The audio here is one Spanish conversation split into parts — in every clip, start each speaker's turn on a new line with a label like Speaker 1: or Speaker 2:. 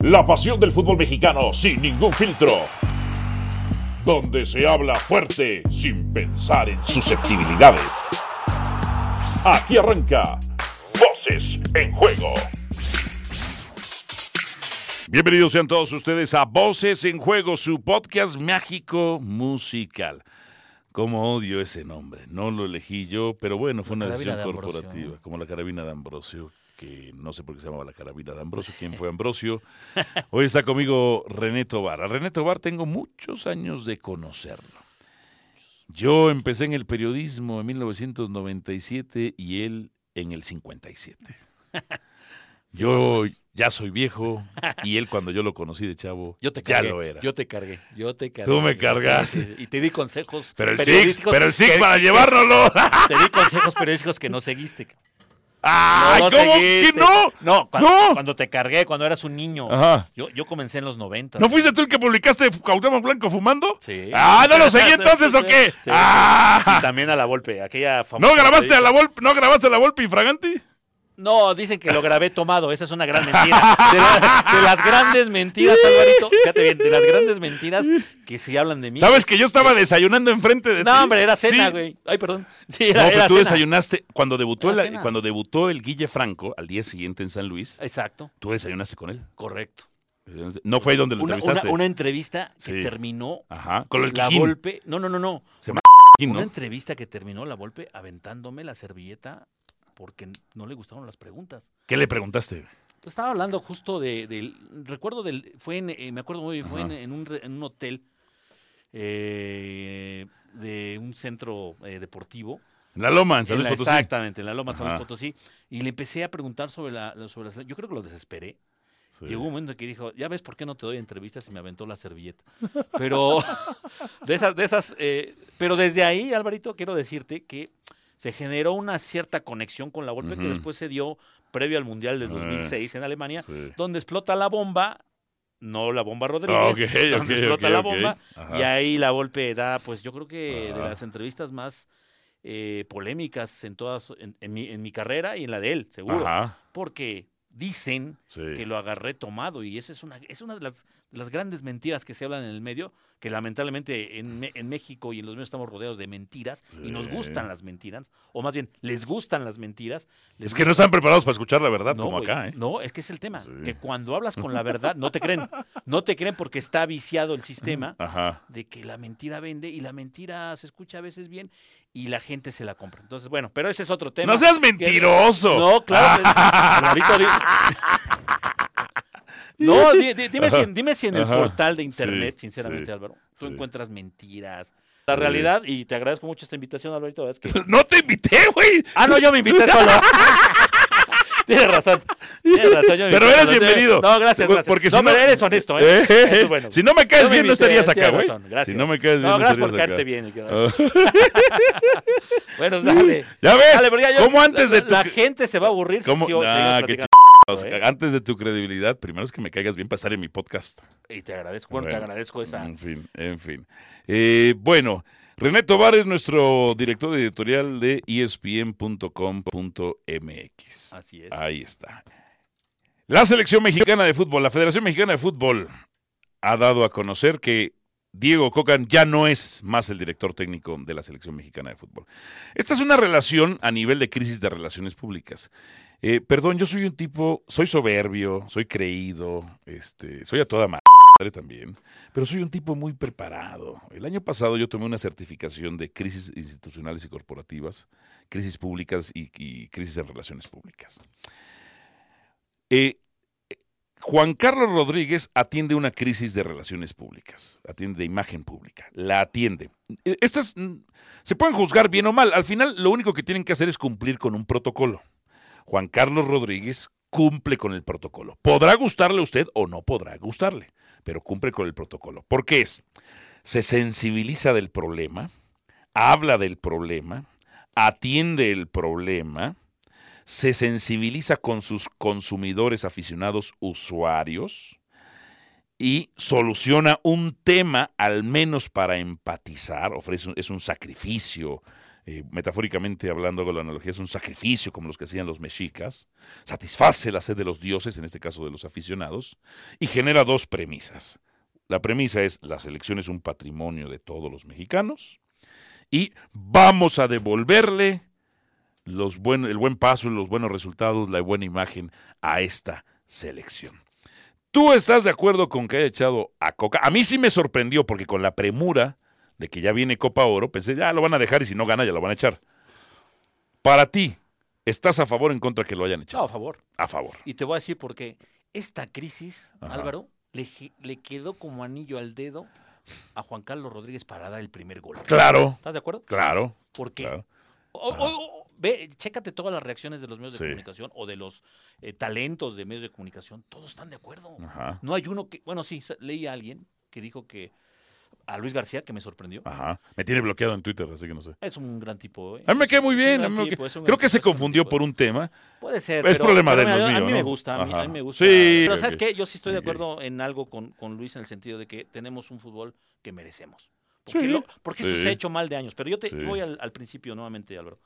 Speaker 1: La pasión del fútbol mexicano sin ningún filtro. Donde se habla fuerte sin pensar en susceptibilidades. Aquí arranca Voces en Juego. Bienvenidos sean todos ustedes a Voces en Juego, su podcast mágico musical. Como odio ese nombre, no lo elegí yo, pero bueno, fue una
Speaker 2: La carabina
Speaker 1: decisión
Speaker 2: de Ambrosio,
Speaker 1: corporativa,
Speaker 2: ¿no?
Speaker 1: como la carabina de Ambrosio, que no sé por qué se llamaba la carabina de Ambrosio, quién fue Ambrosio. Hoy está conmigo René Tobar. A René Tobar tengo muchos años de conocerlo. Yo empecé en el periodismo en 1997 y él en el 57. Yo ya soy viejo y él cuando yo lo conocí de chavo
Speaker 2: Yo te
Speaker 1: ya
Speaker 2: cargué.
Speaker 1: lo era.
Speaker 2: Yo te cargué. Yo te cargué.
Speaker 1: Tú me
Speaker 2: Sí,
Speaker 1: cargaste.
Speaker 2: sí, sí. Y te di consejos.
Speaker 1: Pero el Six,
Speaker 2: periodísticos
Speaker 1: pero el Six
Speaker 2: que-
Speaker 1: para llevárnoslo.
Speaker 2: Te di consejos periodísticos que no seguiste.
Speaker 1: ¡Ay,
Speaker 2: No, no
Speaker 1: cómo que
Speaker 2: seguiste.
Speaker 1: no!
Speaker 2: No, cuando,
Speaker 1: ¡No!
Speaker 2: cuando te cargué, cuando eras un niño.
Speaker 1: Ajá.
Speaker 2: Yo, yo comencé en los 90.
Speaker 1: ¿No fuiste tú el que publicaste Cuauhtémoc Blanco fumando?
Speaker 2: Sí.
Speaker 1: ¡Ah, no lo seguí entonces o qué!
Speaker 2: Sí. Y
Speaker 1: ¡Ah!
Speaker 2: también a la Volpe, aquella famosa.
Speaker 1: ¿No grabaste a
Speaker 2: entrevista.
Speaker 1: la Volpe, no grabaste a la Volpe infraganti?
Speaker 2: No, dicen que lo grabé tomado. Esa es una gran mentira. De, la- de las grandes mentiras, Alvarito. Fíjate bien, de las grandes mentiras que se hablan de mí.
Speaker 1: ¿Sabes que yo estaba desayunando enfrente de ti?
Speaker 2: No, hombre, era cena,
Speaker 1: Sí.
Speaker 2: güey. Ay, perdón. Sí,
Speaker 1: No,
Speaker 2: era,
Speaker 1: pero
Speaker 2: era
Speaker 1: tú
Speaker 2: cena.
Speaker 1: desayunaste cuando debutó
Speaker 2: Era
Speaker 1: el-
Speaker 2: cena.
Speaker 1: cuando debutó el Guille Franco al día siguiente en San Luis.
Speaker 2: Exacto,
Speaker 1: Tú desayunaste con él.
Speaker 2: correcto.
Speaker 1: No fue ahí donde lo
Speaker 2: una, una-
Speaker 1: entrevistaste.
Speaker 2: una entrevista que
Speaker 1: Sí.
Speaker 2: terminó
Speaker 1: Ajá, con el
Speaker 2: la
Speaker 1: Quijín,
Speaker 2: golpe. No, no, no, no.
Speaker 1: Quijín, ¿no?
Speaker 2: Una entrevista que terminó la golpe aventándome la servilleta porque n- no le gustaron las preguntas.
Speaker 1: ¿Qué le preguntaste?
Speaker 2: Pues estaba hablando justo de- del. Recuerdo del. Fue en. eh, me acuerdo muy bien, fue en,
Speaker 1: Ajá.
Speaker 2: en un, re- en un hotel eh, de un centro eh, deportivo.
Speaker 1: En la Loma, en San
Speaker 2: En
Speaker 1: Luis
Speaker 2: la-
Speaker 1: Potosí.
Speaker 2: Exactamente, en la Loma San Luis
Speaker 1: Ajá.
Speaker 2: Potosí. Y le empecé a preguntar sobre la. la- Sobre las- yo creo que lo desesperé.
Speaker 1: Sí.
Speaker 2: Llegó un momento en que dijo, ya ves por qué no te doy entrevistas y me aventó la servilleta. Pero de esas, de esas, eh, pero desde ahí, Alvarito, quiero decirte que se generó una cierta conexión con la golpe que
Speaker 1: Ujú.
Speaker 2: después se dio previo al Mundial de
Speaker 1: Ah,
Speaker 2: 2006 en Alemania,
Speaker 1: Sí.
Speaker 2: donde explota la bomba, no la bomba Rodríguez,
Speaker 1: Ah, ok, ok,
Speaker 2: donde explota
Speaker 1: ok,
Speaker 2: la
Speaker 1: ok.
Speaker 2: bomba,
Speaker 1: Ajá.
Speaker 2: y ahí la golpe da, pues yo creo que de
Speaker 1: Ah.
Speaker 2: las entrevistas más eh, polémicas en todas, en, en mi, en mi carrera y en la de él, seguro.
Speaker 1: Ajá,
Speaker 2: Porque dicen
Speaker 1: sí.
Speaker 2: que lo agarré tomado y eso es una, es una de, las, de las grandes mentiras que se hablan en el medio, que lamentablemente en, Me- en México y en los medios estamos rodeados de mentiras y nos
Speaker 1: Sí.
Speaker 2: gustan las mentiras, o más bien, les gustan las mentiras. les
Speaker 1: Es que no
Speaker 2: gustan-
Speaker 1: están preparados para escuchar la verdad como
Speaker 2: güey,
Speaker 1: acá, ¿eh?
Speaker 2: no, es que es el tema,
Speaker 1: Sí.
Speaker 2: que cuando hablas con la verdad no te creen, no te creen porque está viciado el sistema
Speaker 1: Ajá.
Speaker 2: de que la mentira vende y la mentira se escucha a veces bien y la gente se la compra. Entonces, bueno, pero ese es otro tema.
Speaker 1: ¡No seas
Speaker 2: que-
Speaker 1: mentiroso!
Speaker 2: no, claro. Alvarito, di- No, di- di- dime, si, en- dime si en el
Speaker 1: Ajá,
Speaker 2: portal de internet,
Speaker 1: sí,
Speaker 2: sinceramente,
Speaker 1: sí,
Speaker 2: Álvaro, tú
Speaker 1: sí.
Speaker 2: encuentras mentiras. La
Speaker 1: Sí.
Speaker 2: realidad, y te agradezco mucho esta invitación, Alvarito, la verdad es que...
Speaker 1: ¡No te invité, güey!
Speaker 2: Ah, no, yo me invité solo. Tienes razón. Tienes razón, yo me
Speaker 1: Pero
Speaker 2: invité
Speaker 1: eres
Speaker 2: solo.
Speaker 1: bienvenido.
Speaker 2: No, gracias, gracias.
Speaker 1: Porque si
Speaker 2: no,
Speaker 1: no-
Speaker 2: pero eres honesto, ¿eh?
Speaker 1: Eh, eh,
Speaker 2: Eso
Speaker 1: eh.
Speaker 2: es bueno.
Speaker 1: Si no me caes
Speaker 2: Yo me
Speaker 1: bien, no
Speaker 2: invité,
Speaker 1: estarías acá,
Speaker 2: tienes
Speaker 1: güey.
Speaker 2: razón, gracias.
Speaker 1: Si no me caes bien,
Speaker 2: No,
Speaker 1: no,
Speaker 2: gracias
Speaker 1: estarías
Speaker 2: por
Speaker 1: acá.
Speaker 2: caerte bien.
Speaker 1: Ah.
Speaker 2: Bueno, pues, dale.
Speaker 1: ¿Ya ves?
Speaker 2: Dale, pero ya- ya-
Speaker 1: ¿Cómo antes de
Speaker 2: la,
Speaker 1: tu...
Speaker 2: la gente se va a aburrir si
Speaker 1: ¿Cómo?
Speaker 2: sigo-
Speaker 1: Ah,
Speaker 2: seguimos
Speaker 1: qué
Speaker 2: platicando.
Speaker 1: O sea,
Speaker 2: ¿eh?
Speaker 1: Antes de tu credibilidad, primero es que me caigas bien para estar en mi podcast.
Speaker 2: Y te agradezco, bueno, te
Speaker 1: Bueno,
Speaker 2: agradezco esa.
Speaker 1: En fin, en fin. Eh, bueno, René Tobar es nuestro director editorial de E espn.com.mx.
Speaker 2: Así es.
Speaker 1: Ahí está. La selección mexicana de fútbol, la Federación Mexicana de Fútbol, ha dado a conocer que Diego Cocan ya no es más el director técnico de la selección mexicana de fútbol. Esta es una relación a nivel de crisis de relaciones públicas. Eh, perdón, yo soy un tipo, soy soberbio, soy creído, este, soy a toda madre también, pero soy un tipo muy preparado. El año pasado yo tomé una certificación de crisis institucionales y corporativas, crisis públicas y, y crisis en relaciones públicas. Eh, eh, Juan Carlos Rodríguez atiende una crisis de relaciones públicas, atiende de imagen pública, la atiende. Eh, Estas mm, se pueden juzgar bien o mal, al final lo único que tienen que hacer es cumplir con un protocolo. Juan Carlos Rodríguez cumple con el protocolo. Podrá gustarle a usted o no podrá gustarle, pero cumple con el protocolo. ¿Por qué es? Se sensibiliza del problema, habla del problema, atiende el problema, se sensibiliza con sus consumidores, aficionados, usuarios y soluciona un tema al menos para empatizar, ofrece un- es un sacrificio, eh, metafóricamente hablando, con la analogía, es un sacrificio como los que hacían los mexicas, satisface la sed de los dioses, en este caso de los aficionados, y genera dos premisas. La premisa es, la selección es un patrimonio de todos los mexicanos, y vamos a devolverle los buen- el buen paso, los buenos resultados, la buena imagen a esta selección. ¿Tú estás de acuerdo con que haya echado a Coca? A mí sí me sorprendió porque con la premura de que ya viene Copa Oro, pensé, ya lo van a dejar y si no gana ya lo van a echar. Para ti, ¿estás a favor o en contra que lo hayan
Speaker 2: Chao,
Speaker 1: echado?
Speaker 2: a favor.
Speaker 1: A favor.
Speaker 2: Y te voy a decir por qué. Esta crisis,
Speaker 1: Ajá.
Speaker 2: Álvaro, le, ge- le quedó como anillo al dedo a Juan Carlos Rodríguez para dar el primer gol.
Speaker 1: Claro,
Speaker 2: ¿Estás de acuerdo?
Speaker 1: claro,
Speaker 2: Porque
Speaker 1: claro.
Speaker 2: o- o- o- ve, chécate todas las reacciones de los medios de
Speaker 1: Sí.
Speaker 2: comunicación o de los eh, talentos de medios de comunicación. Todos están de acuerdo.
Speaker 1: Ajá,
Speaker 2: No hay uno que, bueno, sí, sa- leí a alguien que dijo que, a Luis García, que me sorprendió.
Speaker 1: ajá. Me tiene bloqueado en Twitter, así que no sé.
Speaker 2: Es un gran tipo. ¿eh?
Speaker 1: A mí me
Speaker 2: Es
Speaker 1: cae
Speaker 2: un-
Speaker 1: muy
Speaker 2: es un
Speaker 1: bien.
Speaker 2: gran
Speaker 1: a mí me
Speaker 2: tipo,
Speaker 1: cae-
Speaker 2: es un gran
Speaker 1: Creo que
Speaker 2: tipo,
Speaker 1: se
Speaker 2: es un gran
Speaker 1: confundió
Speaker 2: tipo. ¿eh?
Speaker 1: por un tema.
Speaker 2: Puede ser.
Speaker 1: Es
Speaker 2: pero-
Speaker 1: problema
Speaker 2: pero
Speaker 1: de él,
Speaker 2: mira,
Speaker 1: no es
Speaker 2: a- A
Speaker 1: mío,
Speaker 2: mí me
Speaker 1: ¿no?
Speaker 2: gusta, a mí, a
Speaker 1: Ajá.
Speaker 2: mí me gusta.
Speaker 1: Sí,
Speaker 2: pero ¿sabes
Speaker 1: ok.
Speaker 2: qué? Yo sí estoy de
Speaker 1: Ok.
Speaker 2: acuerdo en algo con, con Luis en el sentido de que tenemos un fútbol que merecemos.
Speaker 1: Sí.
Speaker 2: Porque, lo- porque esto
Speaker 1: Sí.
Speaker 2: se ha hecho mal de años. Pero yo te
Speaker 1: Sí.
Speaker 2: voy al, al principio nuevamente, Álvaro.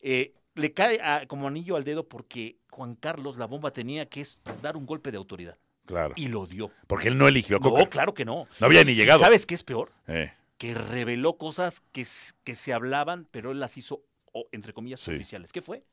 Speaker 2: Eh, le cae a- como anillo al dedo porque Juan Carlos la bomba tenía que es dar un golpe de autoridad.
Speaker 1: Claro.
Speaker 2: Y lo dio.
Speaker 1: Porque él no eligió a Coca.
Speaker 2: No, claro que no.
Speaker 1: No había ni
Speaker 2: ¿Y
Speaker 1: llegado.
Speaker 2: ¿Sabes qué es peor?
Speaker 1: Eh,
Speaker 2: que reveló cosas que, s- que se hablaban, pero él las hizo, o, entre comillas,
Speaker 1: Sí.
Speaker 2: oficiales. ¿Qué fue?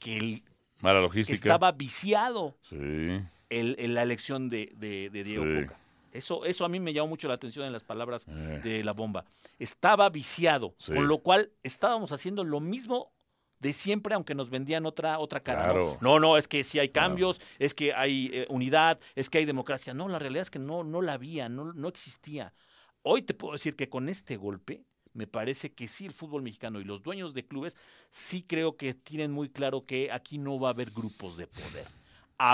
Speaker 2: Que él
Speaker 1: mala logística.
Speaker 2: estaba viciado
Speaker 1: Sí.
Speaker 2: el- en la elección de, de- de Diego
Speaker 1: Sí.
Speaker 2: Coca. Eso, eso a mí me llamó mucho la atención en las palabras
Speaker 1: eh.
Speaker 2: de la bomba. Estaba viciado,
Speaker 1: Sí.
Speaker 2: con lo cual estábamos haciendo lo mismo de siempre, aunque nos vendían otra, otra cara. ¿no?
Speaker 1: Claro.
Speaker 2: No, no, es que sí hay
Speaker 1: Claro.
Speaker 2: cambios, es que hay eh, unidad, es que hay democracia. No, la realidad es que no, no la había, no, no existía. Hoy te puedo decir que con este golpe, me parece que sí el fútbol mexicano y los dueños de clubes sí creo que tienen muy claro que aquí no va a haber grupos de poder.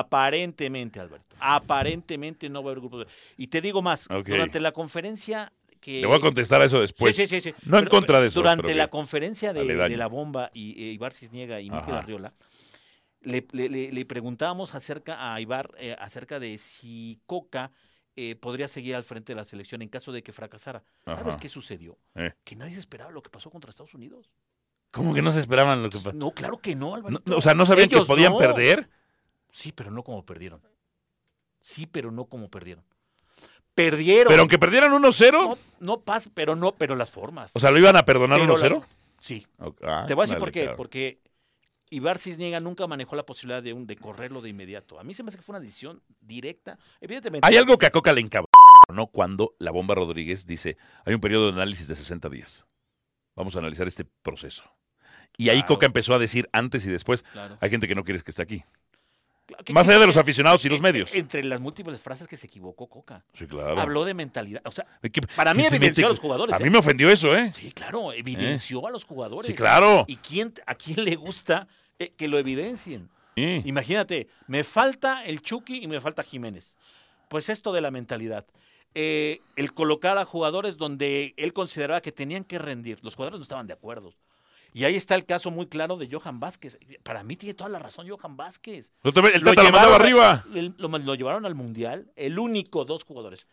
Speaker 2: Aparentemente, Alberto, aparentemente no va a haber grupos de poder. Y te digo más,
Speaker 1: Ok.
Speaker 2: durante la conferencia que...
Speaker 1: Le voy a contestar a eso después.
Speaker 2: Sí, sí, sí, sí.
Speaker 1: no en contra de eso,
Speaker 2: Durante
Speaker 1: pero
Speaker 2: la
Speaker 1: bien.
Speaker 2: conferencia de,
Speaker 1: Dale, daño.
Speaker 2: de La Bomba y eh, Ibar Cisniega y Miquel
Speaker 1: Ajá.
Speaker 2: Arriola, le, le- le- le preguntábamos acerca a Ibar eh, acerca de si Coca eh, podría seguir al frente de la selección en caso de que fracasara. ¿Sabes
Speaker 1: Ajá.
Speaker 2: qué sucedió?
Speaker 1: Eh.
Speaker 2: Que nadie se esperaba lo que pasó contra Estados Unidos.
Speaker 1: ¿Cómo que no se esperaban lo que pasó?
Speaker 2: No, claro que no, Alvarito.
Speaker 1: o sea, Ah. ¿no sabían
Speaker 2: Ellos
Speaker 1: que podían
Speaker 2: no.
Speaker 1: perder?
Speaker 2: Sí, pero no como perdieron. Sí, pero no como perdieron. Perdieron.
Speaker 1: Pero aunque perdieran 1-0,
Speaker 2: no, no pasa, pero no, pero las formas.
Speaker 1: o sea, ¿lo iban a perdonar
Speaker 2: Pero la-
Speaker 1: 1-0?
Speaker 2: sí.
Speaker 1: Ok, ah,
Speaker 2: Te voy a decir
Speaker 1: dale,
Speaker 2: por qué.
Speaker 1: claro.
Speaker 2: Porque Ibar Cisniega nunca manejó la posibilidad de, un, de correrlo de inmediato. A mí se me hace que fue una decisión directa. Evidentemente.
Speaker 1: Hay algo que a Coca le encabronó, ¿no? Cuando la bomba Rodríguez dice, hay un periodo de análisis de 60 días. Vamos a analizar este proceso. Y ahí
Speaker 2: Claro.
Speaker 1: Coca empezó a decir antes y después,
Speaker 2: claro.
Speaker 1: hay gente que no quieres que esté aquí.
Speaker 2: Claro, que-
Speaker 1: Más allá de los
Speaker 2: eh,
Speaker 1: aficionados y los
Speaker 2: eh,
Speaker 1: medios.
Speaker 2: Entre las múltiples frases que se equivocó Coca.
Speaker 1: Sí, claro.
Speaker 2: Habló de mentalidad. O sea,
Speaker 1: Es que-
Speaker 2: para mí
Speaker 1: sí, se mete-
Speaker 2: evidenció a los jugadores.
Speaker 1: A
Speaker 2: ¿eh?
Speaker 1: mí me ofendió eso, ¿eh?
Speaker 2: Sí, claro, evidenció a los jugadores.
Speaker 1: Sí, claro.
Speaker 2: ¿Y quién, a quién le gusta eh, que lo evidencien?
Speaker 1: Sí.
Speaker 2: Imagínate, me falta el Chucky y me falta Jiménez. Pues esto de la mentalidad. Eh, el colocar a jugadores donde él consideraba que tenían que rendir. Los jugadores no estaban de acuerdo. Y ahí está el caso muy claro de Johan Vázquez. Para mí tiene toda la razón Johan Vázquez.
Speaker 1: Pero también El
Speaker 2: Lo
Speaker 1: Tata lo mandaba
Speaker 2: llevaron a-
Speaker 1: arriba.
Speaker 2: el- lo, lo llevaron al Mundial, el único dos jugadores.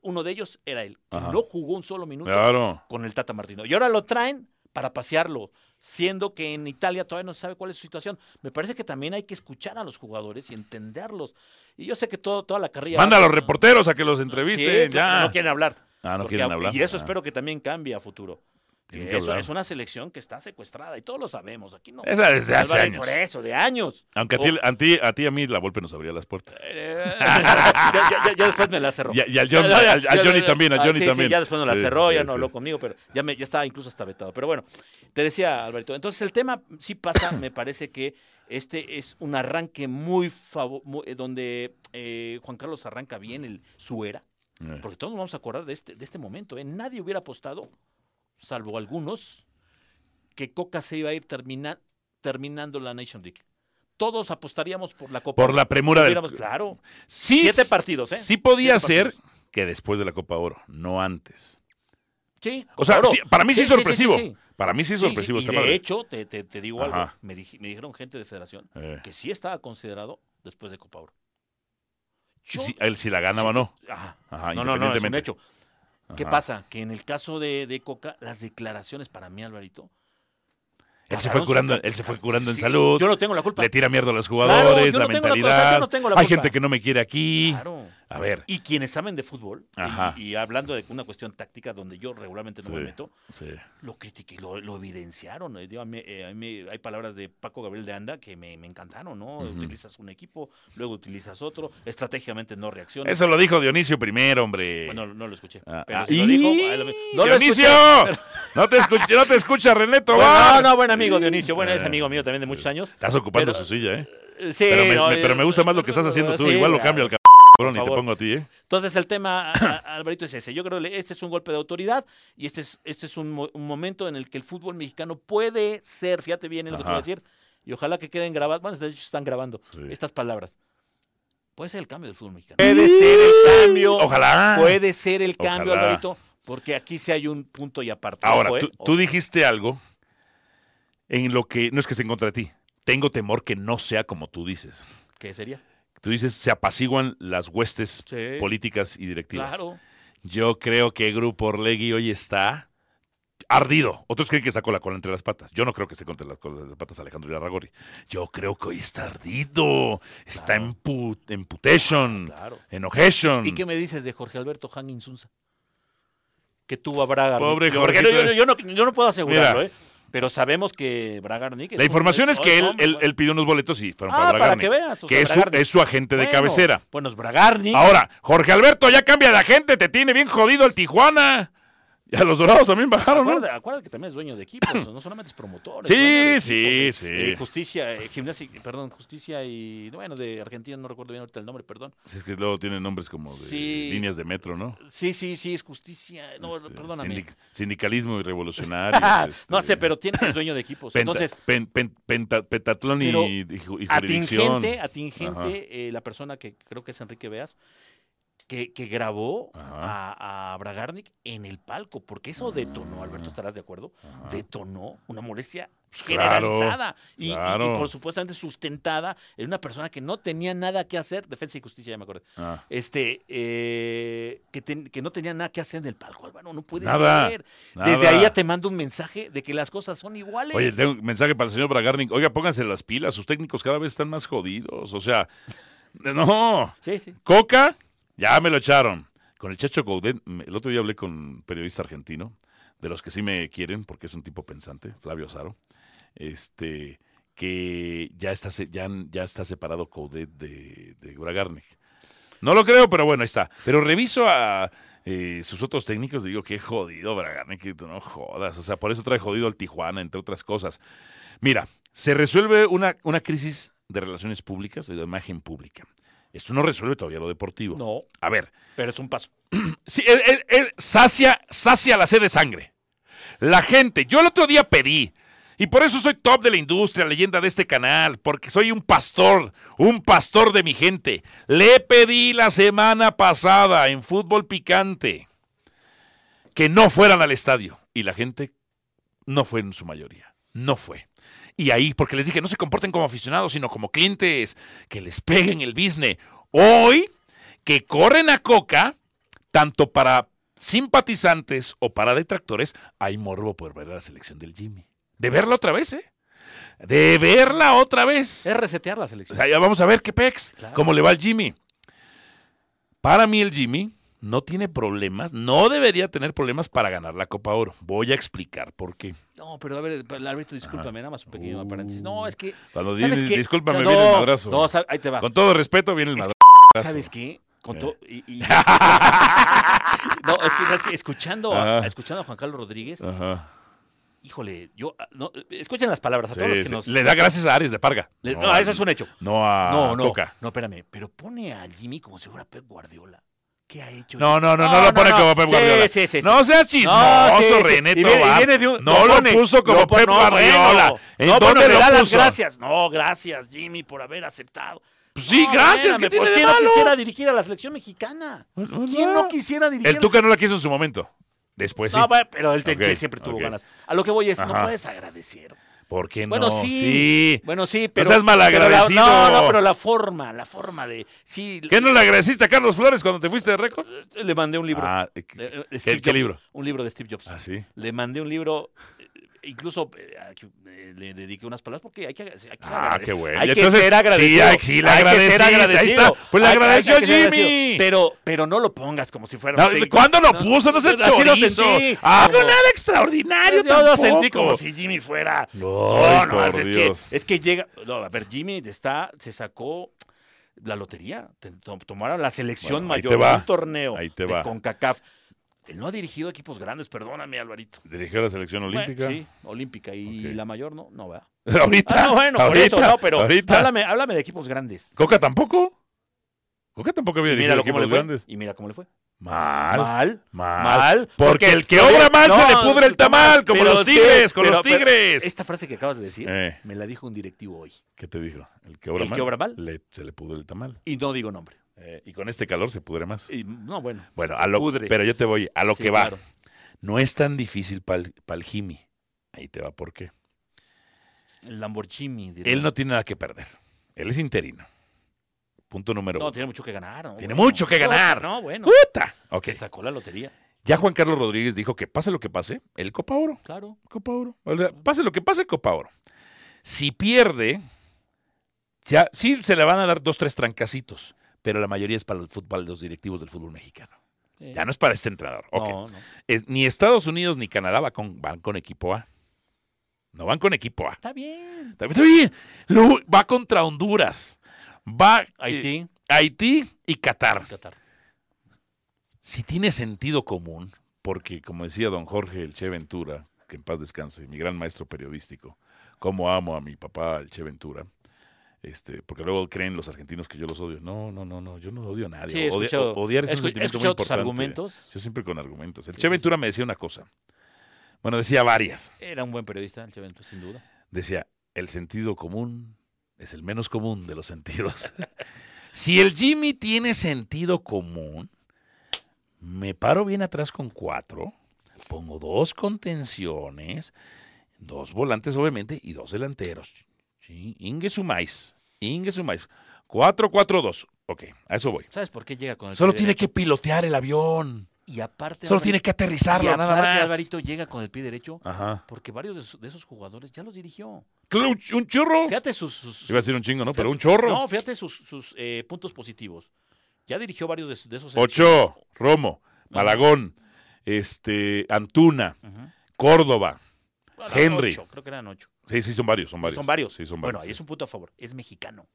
Speaker 2: Uno de ellos era él, que
Speaker 1: Ajá. Ah,
Speaker 2: no jugó un solo minuto
Speaker 1: Claro.
Speaker 2: con el Tata Martino. Y ahora lo traen para pasearlo, siendo que en Italia todavía no se sabe cuál es su situación. Me parece que también hay que escuchar a los jugadores y entenderlos. Y yo sé que todo, toda la carrilla...
Speaker 1: Manda a los
Speaker 2: Sí,
Speaker 1: reporteros a que los entrevisten.
Speaker 2: claro,
Speaker 1: ya.
Speaker 2: No quieren hablar.
Speaker 1: ah, no
Speaker 2: Porque
Speaker 1: quieren
Speaker 2: a-
Speaker 1: hablar.
Speaker 2: Y eso
Speaker 1: Ah,
Speaker 2: espero que también cambie a futuro.
Speaker 1: tienen
Speaker 2: Que
Speaker 1: que
Speaker 2: eso-
Speaker 1: hablar.
Speaker 2: es una selección que está secuestrada y todos lo sabemos. Aquí no.
Speaker 1: Esa desde hace
Speaker 2: Álvarez,
Speaker 1: años.
Speaker 2: Por Oh. eso, de años.
Speaker 1: Aunque a ti, a, ti, a ti y a mí la golpe nos abría las puertas.
Speaker 2: Eh, ya, ya- ya después me la cerró.
Speaker 1: Y, a- y al, John-
Speaker 2: Ya, ya,
Speaker 1: al-
Speaker 2: ya,
Speaker 1: al
Speaker 2: ya,
Speaker 1: Johnny
Speaker 2: ya.
Speaker 1: también, al
Speaker 2: Ah,
Speaker 1: Johnny
Speaker 2: sí, sí,
Speaker 1: también.
Speaker 2: ya después no la
Speaker 1: Sí,
Speaker 2: cerró,
Speaker 1: sí,
Speaker 2: ya no
Speaker 1: sí.
Speaker 2: habló conmigo, pero ya, me, ya estaba incluso hasta vetado. Pero bueno, te decía Alberto, entonces el tema sí pasa, me parece que este es un arranque muy, favo- muy- eh, donde eh, Juan Carlos arranca bien el, su era,
Speaker 1: Eh.
Speaker 2: porque todos nos vamos a acordar de este, de este momento. ¿eh? Nadie hubiera apostado, salvo algunos, que Coca se iba a ir termina- terminando la Nation League. Todos apostaríamos por la Copa.
Speaker 1: Eh, Por la premura del...
Speaker 2: Hubiéramos- claro.
Speaker 1: Sí,
Speaker 2: Siete partidos, ¿eh?
Speaker 1: sí podía
Speaker 2: Siete
Speaker 1: ser
Speaker 2: partidos.
Speaker 1: que después de la Copa Oro, no antes.
Speaker 2: Sí.
Speaker 1: O sea,
Speaker 2: claro.
Speaker 1: sí, para mí sí, es
Speaker 2: Sí, sí, sí,
Speaker 1: sorpresivo.
Speaker 2: sí.
Speaker 1: Para mí sí es
Speaker 2: Sí, sí,
Speaker 1: sorpresivo
Speaker 2: y
Speaker 1: esta
Speaker 2: de
Speaker 1: madre.
Speaker 2: hecho, te, te- te digo algo.
Speaker 1: Ajá.
Speaker 2: Me, dij- me dijeron gente de federación
Speaker 1: Eh,
Speaker 2: que sí estaba considerado después de Copa Oro. Yo-
Speaker 1: si, él si la ganaba o no.
Speaker 2: Ajá.
Speaker 1: Ajá,
Speaker 2: No, no, no, es un
Speaker 1: independientemente.
Speaker 2: hecho. ¿Qué
Speaker 1: ah, Ajá.
Speaker 2: pasa? Que en el caso de, de Coca, las declaraciones para mí, Alvarito,
Speaker 1: Él se fue
Speaker 2: Cabrón,
Speaker 1: curando,
Speaker 2: sí.
Speaker 1: él se fue curando en
Speaker 2: Sí,
Speaker 1: salud.
Speaker 2: Yo no tengo la culpa.
Speaker 1: Le tira mierda a los
Speaker 2: Claro, yo
Speaker 1: jugadores,
Speaker 2: no
Speaker 1: la
Speaker 2: tengo la culpa,
Speaker 1: mentalidad.
Speaker 2: yo no tengo la
Speaker 1: Hay
Speaker 2: culpa.
Speaker 1: gente que no me quiere aquí.
Speaker 2: Claro.
Speaker 1: A ver.
Speaker 2: Y quienes saben de fútbol, y-
Speaker 1: Ajá.
Speaker 2: Y, hablando de una cuestión táctica donde yo regularmente no
Speaker 1: Sí.
Speaker 2: me meto,
Speaker 1: Sí.
Speaker 2: lo critiqué, y lo, lo evidenciaron. eh, digo, a mí, eh, a mí hay palabras de Paco Gabriel de Anda que me, me encantaron, ¿no?
Speaker 1: Ujú.
Speaker 2: Utilizas un equipo, luego utilizas otro, estratégicamente no reaccionas.
Speaker 1: Eso lo dijo Dionisio primero, hombre.
Speaker 2: Bueno, no lo escuché.
Speaker 1: Ah,
Speaker 2: pero
Speaker 1: ah,
Speaker 2: si lo
Speaker 1: ¡y!
Speaker 2: dijo, ahí lo vi. no lo escuché,
Speaker 1: Dionisio,
Speaker 2: pero-
Speaker 1: no, te escucha, no te escucha René Tobar.
Speaker 2: Bueno, Pues no, no, buen amigo Dionisio, bueno, es
Speaker 1: Ah,
Speaker 2: amigo mío también de
Speaker 1: sí.
Speaker 2: muchos años.
Speaker 1: Estás ocupando
Speaker 2: Pero-
Speaker 1: su silla, ¿eh?
Speaker 2: Eh, Sí,
Speaker 1: pero, me,
Speaker 2: no,
Speaker 1: me-
Speaker 2: eh,
Speaker 1: pero me gusta más lo que estás haciendo tú.
Speaker 2: sí,
Speaker 1: Igual lo
Speaker 2: claro.
Speaker 1: cambio al
Speaker 2: Por
Speaker 1: cabrón y te
Speaker 2: favor.
Speaker 1: pongo a ti, ¿eh?
Speaker 2: Entonces el tema, a- a- Alvarito, es ese. Yo creo que este es un golpe de autoridad y este es, este es un, mo- un momento en el que el fútbol mexicano puede ser, fíjate bien en lo que te voy a
Speaker 1: Ajá.
Speaker 2: decir, y ojalá que queden grabadas, bueno, de hecho están grabando
Speaker 1: Sí.
Speaker 2: estas palabras. Puede ser el cambio del fútbol mexicano. Puede ser el cambio.
Speaker 1: Ojalá.
Speaker 2: Puede ser el cambio,
Speaker 1: Ojalá.
Speaker 2: Alvarito, porque aquí sí hay un punto y aparte.
Speaker 1: Ahora,
Speaker 2: Ojo, ¿eh?
Speaker 1: tú, tú dijiste algo en lo que no es que se encuentra ti. Tengo temor que no sea como tú dices.
Speaker 2: ¿Qué sería?
Speaker 1: Tú dices, se apaciguan las huestes
Speaker 2: Sí.
Speaker 1: políticas y directivas.
Speaker 2: Claro.
Speaker 1: Yo creo que Grupo Orlegui hoy está ardido. Otros creen que sacó la cola entre las patas. Yo no creo que se entre las colas entre las patas Alejandro Irarragorri. Yo creo que hoy está ardido. Está
Speaker 2: Claro.
Speaker 1: en, pu- en putation,
Speaker 2: Claro.
Speaker 1: enojation.
Speaker 2: ¿Y qué me dices de Jorge Alberto Han Insunza? Que tuvo a Braga.
Speaker 1: Pobre
Speaker 2: Yo- porque
Speaker 1: Jorgito.
Speaker 2: Yo, yo- yo no, yo no puedo asegurarlo,
Speaker 1: Mira.
Speaker 2: ¿eh? Pero sabemos que Bragarnik.
Speaker 1: La información es que él, él- él pidió unos boletos y fueron para
Speaker 2: pues. Ah, para
Speaker 1: Bragarni,
Speaker 2: que veas. o
Speaker 1: que
Speaker 2: sea,
Speaker 1: es su,
Speaker 2: Bragarnik.
Speaker 1: es su agente de
Speaker 2: Bueno,
Speaker 1: cabecera.
Speaker 2: Bueno, es Bragarnik.
Speaker 1: Ahora, Jorge Alberto ya cambia de agente. Te tiene bien jodido el Tijuana. Y a los Dorados también bajaron, ¿no?
Speaker 2: Acuérdate, acuérdate que también es dueño de equipos, no solamente es promotor. es
Speaker 1: Sí,
Speaker 2: dueño de
Speaker 1: sí,
Speaker 2: equipos,
Speaker 1: sí.
Speaker 2: eh, justicia, eh, gimnasia, y- perdón, justicia y, bueno, de Argentina, no recuerdo bien ahorita el nombre, perdón.
Speaker 1: Si es que luego tienen nombres como de
Speaker 2: Sí.
Speaker 1: líneas de metro, ¿no?
Speaker 2: Sí, sí, sí, es justicia, no,
Speaker 1: Este,
Speaker 2: perdóname.
Speaker 1: sindic- sindicalismo y revolucionario.
Speaker 2: no
Speaker 1: este,
Speaker 2: sé, pero tiene es dueño de equipos. Entonces,
Speaker 1: pentatlón y,
Speaker 2: pero
Speaker 1: y ju- y jurisdicción.
Speaker 2: atingente,
Speaker 1: Ajá.
Speaker 2: atingente eh, la persona que creo que es Enrique Veas, que, que grabó
Speaker 1: Ajá.
Speaker 2: a, a Bragarnik en el palco, porque eso detonó,
Speaker 1: Ah.
Speaker 2: Alberto, ¿estarás de acuerdo?
Speaker 1: Ajá.
Speaker 2: Detonó una molestia
Speaker 1: Pues claro,
Speaker 2: generalizada y- y, y
Speaker 1: claro.
Speaker 2: por supuestamente sustentada en una persona que no tenía nada que hacer, defensa y justicia, ya me acordé,
Speaker 1: Ah,
Speaker 2: este, eh, que, ten- que no tenía nada que hacer en el palco, Álvaro, no puede
Speaker 1: Nada,
Speaker 2: ser.
Speaker 1: nada.
Speaker 2: Desde ahí ya te mando un mensaje de que las cosas son iguales.
Speaker 1: Oye, tengo un mensaje para el señor Bragarnik. Oiga, pónganse las pilas. Sus técnicos cada vez están más jodidos. O sea, no.
Speaker 2: Sí, sí.
Speaker 1: Coca, ya me lo echaron. Con el Chacho Gaudet, me- el otro día hablé con un periodista argentino, de los que sí me quieren, porque es un tipo pensante, Flavio Saro, este, que ya está, se- ya, han- ya está separado Gaudet de, de Bragarnik. No lo creo, pero bueno, ahí está. Pero reviso a eh, sus otros técnicos y digo, qué jodido Bragarnik, que tú no jodas. O sea, por eso trae jodido al Tijuana, entre otras cosas. Mira, se resuelve una, una crisis de relaciones públicas y de imagen pública. Esto no resuelve todavía lo deportivo.
Speaker 2: No,
Speaker 1: A ver,
Speaker 2: pero es un paso.
Speaker 1: sí, él- él- él sacia, sacia la sed de sangre. La gente, yo el otro día pedí, y por eso soy top de la industria, leyenda de este canal, porque soy un pastor, un pastor de mi gente. Le pedí la semana pasada en fútbol picante que no fueran al estadio, y la gente no fue en su mayoría, no fue. Y ahí, porque les dije, no se comporten como aficionados, sino como clientes, que les peguen el business. Hoy, que corren a Coca, tanto para simpatizantes o para detractores, hay morbo por ver a la selección del Jimmy. De verla otra vez, ¿eh? De verla otra vez.
Speaker 2: Es resetear la
Speaker 1: O
Speaker 2: selección.
Speaker 1: sea, ya vamos a ver qué pex,
Speaker 2: Claro.
Speaker 1: cómo le va al Jimmy. Para mí el Jimmy no tiene problemas, no debería tener problemas para ganar la Copa Oro. Voy a explicar por qué.
Speaker 2: No, pero a ver, el árbitro, discúlpame, nada más un pequeño
Speaker 1: Uh.
Speaker 2: paréntesis. No, es que.
Speaker 1: Cuando
Speaker 2: ¿sabes
Speaker 1: dices,
Speaker 2: qué?
Speaker 1: discúlpame,
Speaker 2: O sea,
Speaker 1: viene el
Speaker 2: no,
Speaker 1: madrazo.
Speaker 2: No, sab- ahí te va.
Speaker 1: Con todo respeto, viene el
Speaker 2: Es que-
Speaker 1: madrazo.
Speaker 2: ¿Sabes qué? Con
Speaker 1: Eh.
Speaker 2: to- y- y- no, es que, ¿sabes qué? Escuchando, a,
Speaker 1: Ajá.
Speaker 2: escuchando a Juan Carlos Rodríguez,
Speaker 1: Ajá.
Speaker 2: híjole, yo. ah, No, eh, escuchen las palabras a todos
Speaker 1: Sí,
Speaker 2: los que
Speaker 1: sí.
Speaker 2: nos.
Speaker 1: Le da gracias a Ares de Parga.
Speaker 2: le- no,
Speaker 1: a-
Speaker 2: eso es un hecho.
Speaker 1: No a
Speaker 2: No, no.
Speaker 1: Coca.
Speaker 2: No, espérame, pero pone a Jimmy como si fuera Pep Guardiola. ¿Qué ha hecho?
Speaker 1: No, no, no, no, lo pone como Pep
Speaker 2: Sí,
Speaker 1: Guardiola.
Speaker 2: Sí, sí, sí.
Speaker 1: No seas chismoso,
Speaker 2: sí, sí.
Speaker 1: René
Speaker 2: Y viene- y
Speaker 1: Tobar.
Speaker 2: viene de un-
Speaker 1: no lo,
Speaker 2: pone,
Speaker 1: puso como
Speaker 2: lo pon-
Speaker 1: Pep
Speaker 2: no,
Speaker 1: Guardiola.
Speaker 2: bueno.
Speaker 1: ¿En
Speaker 2: no,
Speaker 1: dónde
Speaker 2: bueno,
Speaker 1: lo
Speaker 2: le da las
Speaker 1: puso?
Speaker 2: gracias. No, gracias, Jimmy, por haber aceptado.
Speaker 1: Pues sí,
Speaker 2: No,
Speaker 1: gracias,
Speaker 2: espérame,
Speaker 1: ¿qué tiene
Speaker 2: ¿por
Speaker 1: de
Speaker 2: qué
Speaker 1: malo?
Speaker 2: no quisiera dirigir a la selección mexicana? ¿Quién no quisiera dirigir?
Speaker 1: El Tuca no la quiso en su momento. Después sí.
Speaker 2: No, bueno, pero el Tenchel
Speaker 1: Ok,
Speaker 2: siempre tuvo
Speaker 1: ok.
Speaker 2: ganas. A lo que voy es,
Speaker 1: Ajá.
Speaker 2: no puedes agradecer.
Speaker 1: ¿Por qué no?
Speaker 2: Bueno, sí. Bueno, sí, pero.
Speaker 1: seas Pues malagradecido.
Speaker 2: pero la- no, no, pero la forma, la forma de. Sí,
Speaker 1: ¿Qué no le agradeciste a Carlos Flores cuando te fuiste de récord?
Speaker 2: le mandé un libro.
Speaker 1: Ah, eh,
Speaker 2: Eh, eh,
Speaker 1: ¿qué,
Speaker 2: Steve
Speaker 1: qué
Speaker 2: Jobs,
Speaker 1: libro?
Speaker 2: Un libro de Steve Jobs.
Speaker 1: Ah, sí.
Speaker 2: Le mandé un libro eh, incluso eh, aquí, eh, le dediqué unas palabras porque hay que, hay que ser
Speaker 1: Ah,
Speaker 2: agrade-
Speaker 1: qué bueno.
Speaker 2: Hay que
Speaker 1: Entonces,
Speaker 2: ser agradecido.
Speaker 1: Sí, hay, sí, le
Speaker 2: Hay que ser
Speaker 1: agradeciste,
Speaker 2: agradecido.
Speaker 1: Ahí está. Pues le
Speaker 2: Hay- hay-
Speaker 1: agradeció
Speaker 2: hay que ser
Speaker 1: Jimmy.
Speaker 2: agradecido. Pero, pero no lo pongas como si fuera un
Speaker 1: No,
Speaker 2: técnico.
Speaker 1: ¿Cuándo lo
Speaker 2: No,
Speaker 1: puso? No seas
Speaker 2: así lo
Speaker 1: chorizo.
Speaker 2: sentí.
Speaker 1: Ah, no,
Speaker 2: Como-
Speaker 1: nada extraordinario
Speaker 2: Ah, yo lo sentí
Speaker 1: tampoco.
Speaker 2: como si Jimmy fuera.
Speaker 1: Ay,
Speaker 2: No, no,
Speaker 1: por
Speaker 2: es, es que,
Speaker 1: Dios.
Speaker 2: es que llega. No, a ver, Jimmy está, se sacó la lotería. te- to- Tomaron la selección
Speaker 1: Bueno, ahí
Speaker 2: mayor
Speaker 1: te va.
Speaker 2: un torneo
Speaker 1: Ahí te
Speaker 2: de
Speaker 1: va.
Speaker 2: CONCACAF. Él no ha dirigido equipos grandes, perdóname, Alvarito.
Speaker 1: Dirigió la selección olímpica.
Speaker 2: Bueno, sí, olímpica. Y
Speaker 1: Ok.
Speaker 2: la mayor no, no, ¿verdad?
Speaker 1: Ahorita.
Speaker 2: Ah, no, bueno,
Speaker 1: ahorita,
Speaker 2: por eso no, pero
Speaker 1: ahorita.
Speaker 2: háblame, háblame de equipos grandes.
Speaker 1: Coca tampoco. Coca tampoco había dirigido
Speaker 2: Míralo cómo le
Speaker 1: equipos
Speaker 2: fue.
Speaker 1: grandes.
Speaker 2: Y mira cómo le fue.
Speaker 1: Mal, mal,
Speaker 2: Mal, mal.
Speaker 1: Porque, el que obra mal se le pudre el tamal, como
Speaker 2: pero
Speaker 1: los
Speaker 2: es que-
Speaker 1: tigres, con
Speaker 2: pero-
Speaker 1: los
Speaker 2: pero
Speaker 1: tigres.
Speaker 2: Esta frase que acabas de decir
Speaker 1: Eh,
Speaker 2: me la dijo un directivo hoy.
Speaker 1: ¿Qué te dijo? El que obra
Speaker 2: El
Speaker 1: mal.
Speaker 2: que obra mal.
Speaker 1: le- se le pudre el tamal.
Speaker 2: Y no digo nombre.
Speaker 1: Eh, y con este calor se pudre más.
Speaker 2: Y, no, bueno.
Speaker 1: Bueno,
Speaker 2: se
Speaker 1: a lo,
Speaker 2: pudre.
Speaker 1: pero yo te voy a lo
Speaker 2: Sí,
Speaker 1: que va.
Speaker 2: claro.
Speaker 1: No es tan difícil para el Jimmy. Ahí te va, ¿por qué?
Speaker 2: El Lamborghini. diría.
Speaker 1: Él no tiene nada que perder. Él es interino. Punto número
Speaker 2: No,
Speaker 1: uno.
Speaker 2: tiene mucho que ganar. ¿no?
Speaker 1: Tiene mucho que ganar.
Speaker 2: No, bueno.
Speaker 1: ¡Puta! Ok.
Speaker 2: Se sacó la lotería.
Speaker 1: Ya Juan Carlos Rodríguez dijo que pase lo que pase, el Copa Oro.
Speaker 2: Claro.
Speaker 1: Copa Oro. O sea, pase lo que pase, Copa Oro. Si pierde, ya sí se le van a dar dos, tres trancacitos, pero la mayoría es para el fútbol, los directivos del fútbol mexicano.
Speaker 2: Eh,
Speaker 1: Ya no es para este entrenador. Ok.
Speaker 2: No, no.
Speaker 1: Es- ni Estados Unidos ni Canadá va con, van con equipo A. No van con equipo A.
Speaker 2: Está bien.
Speaker 1: Está bien. Lo- va contra Honduras. Va eh,
Speaker 2: Haití,
Speaker 1: Haití y Qatar.
Speaker 2: Qatar.
Speaker 1: si tiene sentido común, porque como decía don Jorge el Che Ventura, que en paz descanse, mi gran maestro periodístico, como amo a mi papá el Che Ventura, este, porque luego creen los argentinos que yo los odio. No, no, no, no, yo no odio a nadie.
Speaker 2: Sí, he
Speaker 1: Odia-
Speaker 2: escuchado-
Speaker 1: o- odiar es
Speaker 2: he
Speaker 1: un
Speaker 2: escu- he
Speaker 1: sentimiento muy
Speaker 2: escuchado tus
Speaker 1: importante.
Speaker 2: argumentos.
Speaker 1: Yo siempre con argumentos. El
Speaker 2: Sí,
Speaker 1: Che
Speaker 2: sí,
Speaker 1: Ventura me decía una cosa. Bueno, decía varias.
Speaker 2: Era un buen periodista, el Chevento, sin duda.
Speaker 1: Decía, el sentido común es el menos común de los sentidos. si el Jimmy tiene sentido común, me paro bien atrás con cuatro, pongo dos contenciones, dos volantes obviamente y dos delanteros. ¿sí? Ingue sumais, ingue sumais. 4-4-2. Ok, a eso voy.
Speaker 2: ¿Sabes por qué llega con el
Speaker 1: Solo
Speaker 2: pie
Speaker 1: tiene
Speaker 2: derecho?
Speaker 1: que pilotear el avión.
Speaker 2: Y aparte.
Speaker 1: Solo
Speaker 2: Alvarito-
Speaker 1: tiene que aterrizarla,
Speaker 2: y
Speaker 1: nada
Speaker 2: aparte,
Speaker 1: más.
Speaker 2: Alvarito llega con el pie derecho
Speaker 1: Ajá.
Speaker 2: porque varios de, su- de esos jugadores ya los dirigió.
Speaker 1: Un un chorro.
Speaker 2: Fíjate sus. sus-
Speaker 1: Iba a decir un chingo, ¿no? Pero
Speaker 2: fíjate-
Speaker 1: un chorro.
Speaker 2: No, fíjate sus, sus, eh, puntos positivos. Ya dirigió varios de, su- de esos.
Speaker 1: Ochoa, Romo,
Speaker 2: No.
Speaker 1: Malagón, este, Antuna,
Speaker 2: Ajá.
Speaker 1: Córdoba.
Speaker 2: Bueno,
Speaker 1: Henry.
Speaker 2: ocho, creo que eran ocho.
Speaker 1: Sí, sí, son varios, son varios.
Speaker 2: Son varios.
Speaker 1: Sí, son
Speaker 2: Bueno,
Speaker 1: varios,
Speaker 2: ahí es
Speaker 1: sí.
Speaker 2: un punto a favor. Es mexicano.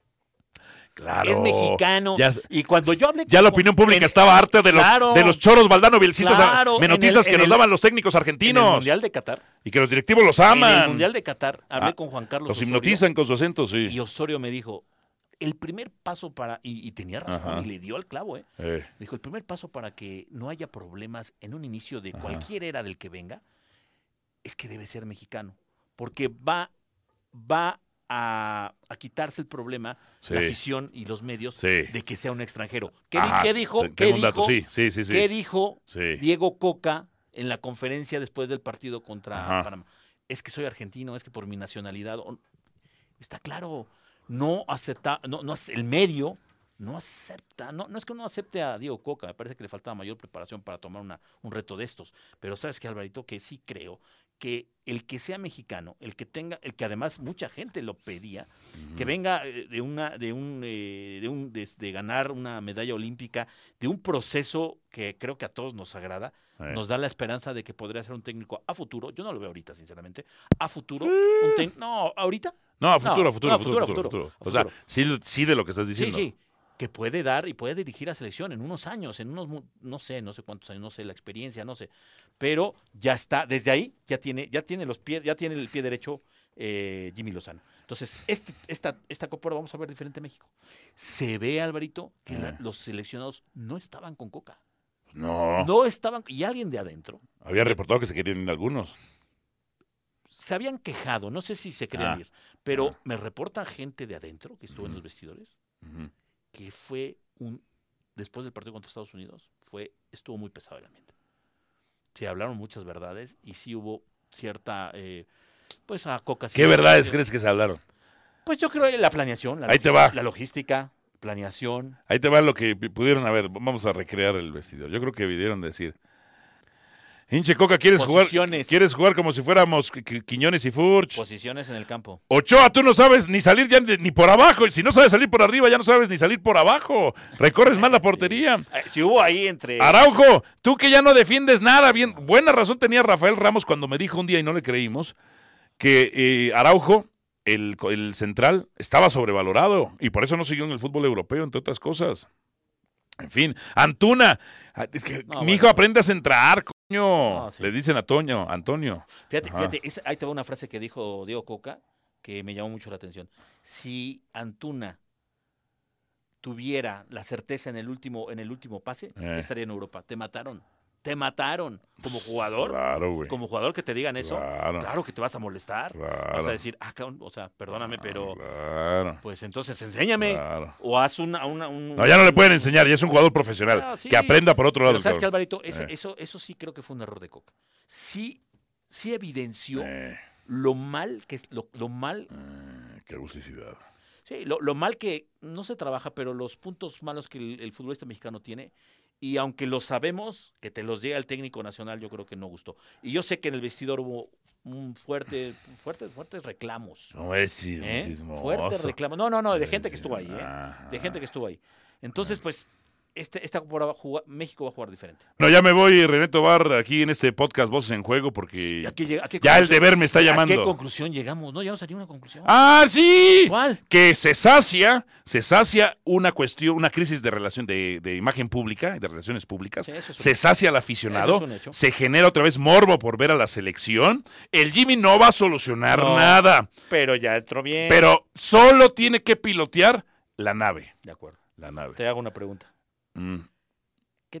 Speaker 1: Claro.
Speaker 2: Es mexicano.
Speaker 1: Ya,
Speaker 2: Y cuando yo hablé.
Speaker 1: ya la
Speaker 2: con-
Speaker 1: opinión pública
Speaker 2: en-
Speaker 1: estaba harta de los,
Speaker 2: Claro.
Speaker 1: de los choros Valdano, Bielcistas,
Speaker 2: Claro,
Speaker 1: menotistas
Speaker 2: en el-
Speaker 1: que
Speaker 2: en
Speaker 1: nos
Speaker 2: el-
Speaker 1: daban los técnicos
Speaker 2: En el
Speaker 1: argentinos.
Speaker 2: Mundial de Qatar.
Speaker 1: Y que los directivos los
Speaker 2: En
Speaker 1: aman.
Speaker 2: el Mundial de Qatar hablé
Speaker 1: Ah,
Speaker 2: con Juan Carlos.
Speaker 1: los
Speaker 2: Osorio.
Speaker 1: hipnotizan con su acento, sí.
Speaker 2: Y Osorio me dijo, el primer paso para, y, y tenía razón,
Speaker 1: Ajá.
Speaker 2: y le dio al clavo, ¿eh?
Speaker 1: Eh,
Speaker 2: Dijo, el primer paso para que no haya problemas en un inicio de
Speaker 1: Ajá.
Speaker 2: cualquier era del que venga, es que debe ser mexicano, porque va, va a, a quitarse el problema,
Speaker 1: sí,
Speaker 2: la afición y los medios,
Speaker 1: sí.
Speaker 2: de que sea un extranjero. ¿Qué, di-
Speaker 1: Ajá,
Speaker 2: qué dijo?
Speaker 1: te-
Speaker 2: ¿Qué
Speaker 1: Tengo un
Speaker 2: dijo?
Speaker 1: dato, sí, sí, sí. sí.
Speaker 2: ¿Qué dijo
Speaker 1: Sí.
Speaker 2: Diego Coca en la conferencia después del partido contra
Speaker 1: Ajá.
Speaker 2: Panamá. Es que soy argentino, es que por mi nacionalidad. o- Está claro, no acepta, no, no, ace- el medio no acepta, no, no es que no acepte a Diego Coca, me parece que le faltaba mayor preparación para tomar una- un reto de estos. Pero sabes que, Alvarito, que sí creo que el que sea mexicano, el que tenga, el que además mucha gente lo pedía, que
Speaker 1: Ujú.
Speaker 2: venga eh, de una de un eh, de un de, de ganar una medalla olímpica de un proceso que creo que a todos nos agrada
Speaker 1: Eh.
Speaker 2: nos da la esperanza de que podría ser un técnico a futuro yo no lo veo ahorita sinceramente a futuro
Speaker 1: Mm.
Speaker 2: un tec- no ahorita
Speaker 1: No, a futuro,
Speaker 2: No,
Speaker 1: a futuro,
Speaker 2: no,
Speaker 1: a futuro, a futuro,
Speaker 2: futuro,
Speaker 1: a futuro.
Speaker 2: a
Speaker 1: O sea,
Speaker 2: futuro.
Speaker 1: sí, sí de lo que estás
Speaker 2: sí
Speaker 1: diciendo.
Speaker 2: sí que puede dar y puede dirigir a selección en unos años en unos mu- no sé no sé cuántos años no sé la experiencia no sé pero ya está desde ahí ya tiene ya tiene los pies ya tiene el pie derecho eh, Jimmy Lozano entonces este- esta esta copa Oro vamos a ver diferente a México se ve, Alvarito, que la-
Speaker 1: Ah.
Speaker 2: los seleccionados no estaban con coca.
Speaker 1: No.
Speaker 2: No estaban. Y alguien de adentro
Speaker 1: Había reportado que se querían ir algunos.
Speaker 2: se habían quejado, no sé si se querían
Speaker 1: Ah.
Speaker 2: ir, pero
Speaker 1: Ah.
Speaker 2: me reporta gente de adentro que estuvo en
Speaker 1: Ujú.
Speaker 2: los vestidores
Speaker 1: Ujú.
Speaker 2: que fue un. Después del partido contra Estados Unidos, fue estuvo muy pesado el ambiente. Se hablaron muchas verdades y sí hubo cierta. eh, pues a coca. sí
Speaker 1: ¿Qué
Speaker 2: le-
Speaker 1: verdades crees que se hablaron?
Speaker 2: Pues yo creo que la planeación. La
Speaker 1: Ahí te
Speaker 2: logística-
Speaker 1: va.
Speaker 2: La logística, planeación.
Speaker 1: Ahí te va lo que pi- pudieron haber. Vamos a recrear el vestidor. Yo creo que pudieron decir. Hinche Coca, ¿quieres jugar,
Speaker 2: Posiciones.
Speaker 1: ¿quieres jugar como si fuéramos Qui- Qui- Quiñones y Furch?
Speaker 2: Posiciones en el campo.
Speaker 1: Ochoa, tú no sabes ni salir ya ni ni por abajo. Y si no sabes salir por arriba, ya no sabes ni salir por abajo. Recorres más la portería.
Speaker 2: Eh, Si hubo ahí entre.
Speaker 1: Araujo, tú que ya no defiendes nada. Bien, buena razón tenía Rafael Ramos cuando me dijo un día y no le creímos que eh, Araujo, el, co- el central, estaba sobrevalorado y por eso no siguió en el fútbol europeo, entre otras cosas. En fin, Antuna, ah, es que
Speaker 2: No,
Speaker 1: mi
Speaker 2: bueno.
Speaker 1: hijo aprende a centrar, coño.
Speaker 2: No, sí.
Speaker 1: Le dicen a Toño, Antonio.
Speaker 2: Fíjate,
Speaker 1: Ajá.
Speaker 2: fíjate esa- ahí te va una frase que dijo Diego Coca que me llamó mucho la atención. Si Antuna tuviera la certeza en el último, en el último pase,
Speaker 1: Eh.
Speaker 2: estaría en Europa. Te mataron. Te mataron. Como jugador,
Speaker 1: Claro, güey.
Speaker 2: como jugador que te digan eso,
Speaker 1: Claro,
Speaker 2: claro que te vas a molestar.
Speaker 1: claro.
Speaker 2: Vas a decir, ah, cabrón, o sea, perdóname, pero
Speaker 1: Claro,
Speaker 2: pues entonces enséñame.
Speaker 1: claro.
Speaker 2: O haz una, una- un-
Speaker 1: No, ya no le pueden enseñar, ya es un jugador profesional.
Speaker 2: Ah, sí.
Speaker 1: Que aprenda por otro lado.
Speaker 2: Pero sabes
Speaker 1: el
Speaker 2: que Alvarito, Ese-
Speaker 1: Eh.
Speaker 2: eso, eso sí creo que fue un error de Coca. Sí, sí evidenció
Speaker 1: cabrón. Eh,
Speaker 2: lo mal que es, lo, lo mal,
Speaker 1: eh, qué gusticidad.
Speaker 2: sí, lo, lo mal que no se trabaja, pero los puntos malos que el, el futbolista mexicano tiene. Y aunque lo sabemos, que te los llega el técnico nacional, yo creo que no gustó. Y yo sé que en el vestidor hubo un fuerte, fuerte, fuertes reclamos.
Speaker 1: No es Ah. sismo-
Speaker 2: ¿eh?
Speaker 1: sismoso.
Speaker 2: Fuertes reclamos. No, no, no, de gente que
Speaker 1: Sí,
Speaker 2: estuvo ahí, ¿eh?
Speaker 1: ajá.
Speaker 2: De gente que estuvo ahí. Entonces, pues, este, esta temporada va a jugar- México va a jugar diferente.
Speaker 1: Bueno, ya me voy, René Tobar, aquí en este podcast Voces en Juego, porque
Speaker 2: ¿A qué llega- a qué
Speaker 1: ya el
Speaker 2: conclusión-
Speaker 1: deber me está
Speaker 2: ¿A qué
Speaker 1: llamando.
Speaker 2: conclusión llegamos? No, llegamos a ninguna conclusión.
Speaker 1: ¡Ah, sí!
Speaker 2: ¿Cuál?
Speaker 1: Que se sacia, se sacia una cuestión, una crisis de relación, de, de imagen pública, de relaciones públicas.
Speaker 2: Sí, eso es un-
Speaker 1: se sacia al
Speaker 2: Eso es
Speaker 1: aficionado,
Speaker 2: un hecho.
Speaker 1: se genera otra vez morbo por ver a la selección. El Jimmy no va a solucionar
Speaker 2: No. Eh.
Speaker 1: nada,
Speaker 2: Pero ya entró bien.
Speaker 1: pero solo tiene que pilotear la nave.
Speaker 2: De acuerdo.
Speaker 1: La nave.
Speaker 2: Te hago una pregunta.
Speaker 1: Mm.
Speaker 2: ¿Qué